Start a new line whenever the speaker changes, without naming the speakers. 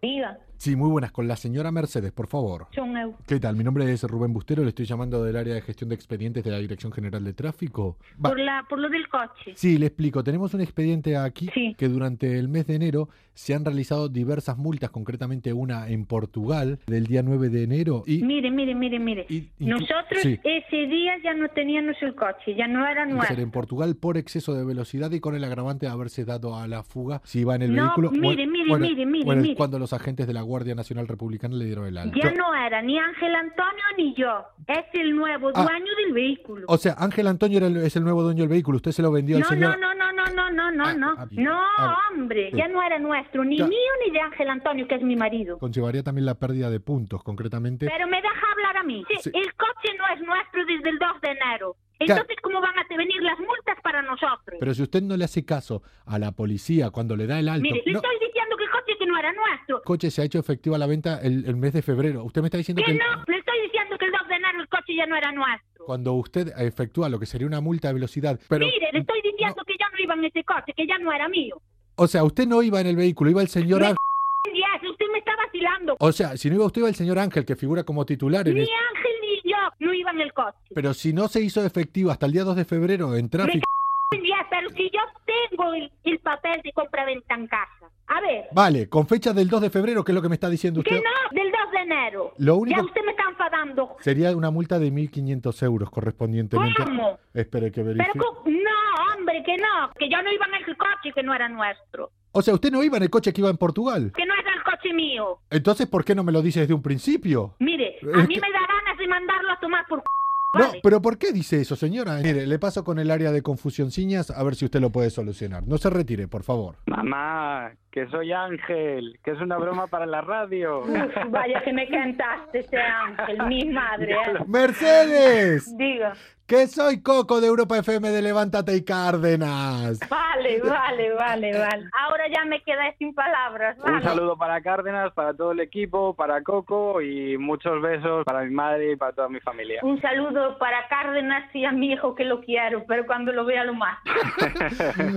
Diga,
Sí, muy buenas. Con la señora Mercedes, por favor.
son eu.
¿Qué tal? Mi nombre es Rubén Bustero, le estoy llamando del área de gestión de expedientes de la Dirección General de Tráfico. Va-
Por, la, por lo del coche.
Sí, le explico. Tenemos un expediente aquí
Sí.
que durante el mes de enero se han realizado diversas multas, concretamente una en Portugal del día 9 de enero y...
Mire, mire, mire, mire.
y- y-
Nosotros
sí,
ese día ya no teníamos el coche, ya no era
debe ser
nuestro.
en Portugal por exceso de velocidad y con el agravante de haberse dado a la fuga si va en el
No,
vehículo. o en-
mire, mire,
o en-
mire, mire,
o en el-
mire.
Cuando los agentes de la Guardia Nacional Republicana le dieron el alto.
Ya no era ni Ángel Antonio ni yo. Es el nuevo
Ah.
dueño del vehículo.
O sea, Ángel Antonio era el- es el nuevo dueño del vehículo. Usted se lo vendió al
No,
señor.
no, no, no, no, no, no, no,
Ah,
no.
ah, bien.
No,
Ah,
hombre,
sí.
ya no era nuestro, ni
Ya. Pues
mío ni de Ángel Antonio, que es mi marido.
Conllevaría también la pérdida de puntos, concretamente.
Pero me deja hablar a mí. Sí,
Sí.
El coche no es nuestro desde el 2 de enero.
Ya.
Entonces, ¿cómo van a venir las multas para nosotros?
Pero si usted no le hace caso a la policía cuando le da el alto,
Mire, le
no,
estoy diciendo que el coche que no era nuestro.
coche se ha hecho efectiva la venta el, el mes de febrero. Usted me está diciendo que
Que
el-
no, le estoy diciendo que el 2 de enero el coche ya no era nuestro.
cuando usted efectúa lo que sería una multa de velocidad, pero
Mire, le estoy diciendo que ya no iba en ese coche, que ya no era mío.
o sea, usted no iba en el vehículo, iba el señor
Me-
Ángel.
Yes, usted me está vacilando.
O sea, si no iba usted iba el señor Ángel que figura como titular en este
Ni
el-
Ángel ni yo no iba en el coche.
pero si no se hizo efectivo hasta el día 2 de febrero en tráfico.
Yes, pero si yo tengo el, el papel de compraventa en casa. A ver,
Vale, con fecha del 2 de febrero, que es lo que me está diciendo
que
usted.
no, del 2 de enero.
Lo único-
Ya usted me está enfadando.
Sería una multa de 1.500 euros correspondientemente.
¿Cómo?
Espere que
Pero,
verifique.
co- no, hombre, que no, que yo no iba en el coche que no era nuestro,
O sea, usted no iba en el coche que iba en Portugal.
que no era el coche mío.
Entonces, ¿por qué no me lo dice desde un principio?
Mire,
Es
a mí
que-
me da ganas de mandarlo a tomar por c-
No,
¿vale?
pero ¿por qué dice eso, señora? Mire, le paso con el área de confusionciñas a ver si usted lo puede solucionar. No se retire, por favor.
Mamá, que soy Ángel, que es una broma para la radio.
Uf, vaya que me cantaste ese ángel, mi madre. ¿eh?
¡Mercedes!
Diga,
¡Que soy Coco de Europa FM de Levántate y Cárdenas!
vale, vale, vale, vale. Ahora ya me quedé sin palabras,
Un
¿vale?
saludo para Cárdenas, para todo el equipo, para Coco y muchos besos para mi madre y para toda mi familia.
Un saludo para Cárdenas y a mi hijo que lo quiero, pero cuando lo vea lo mato.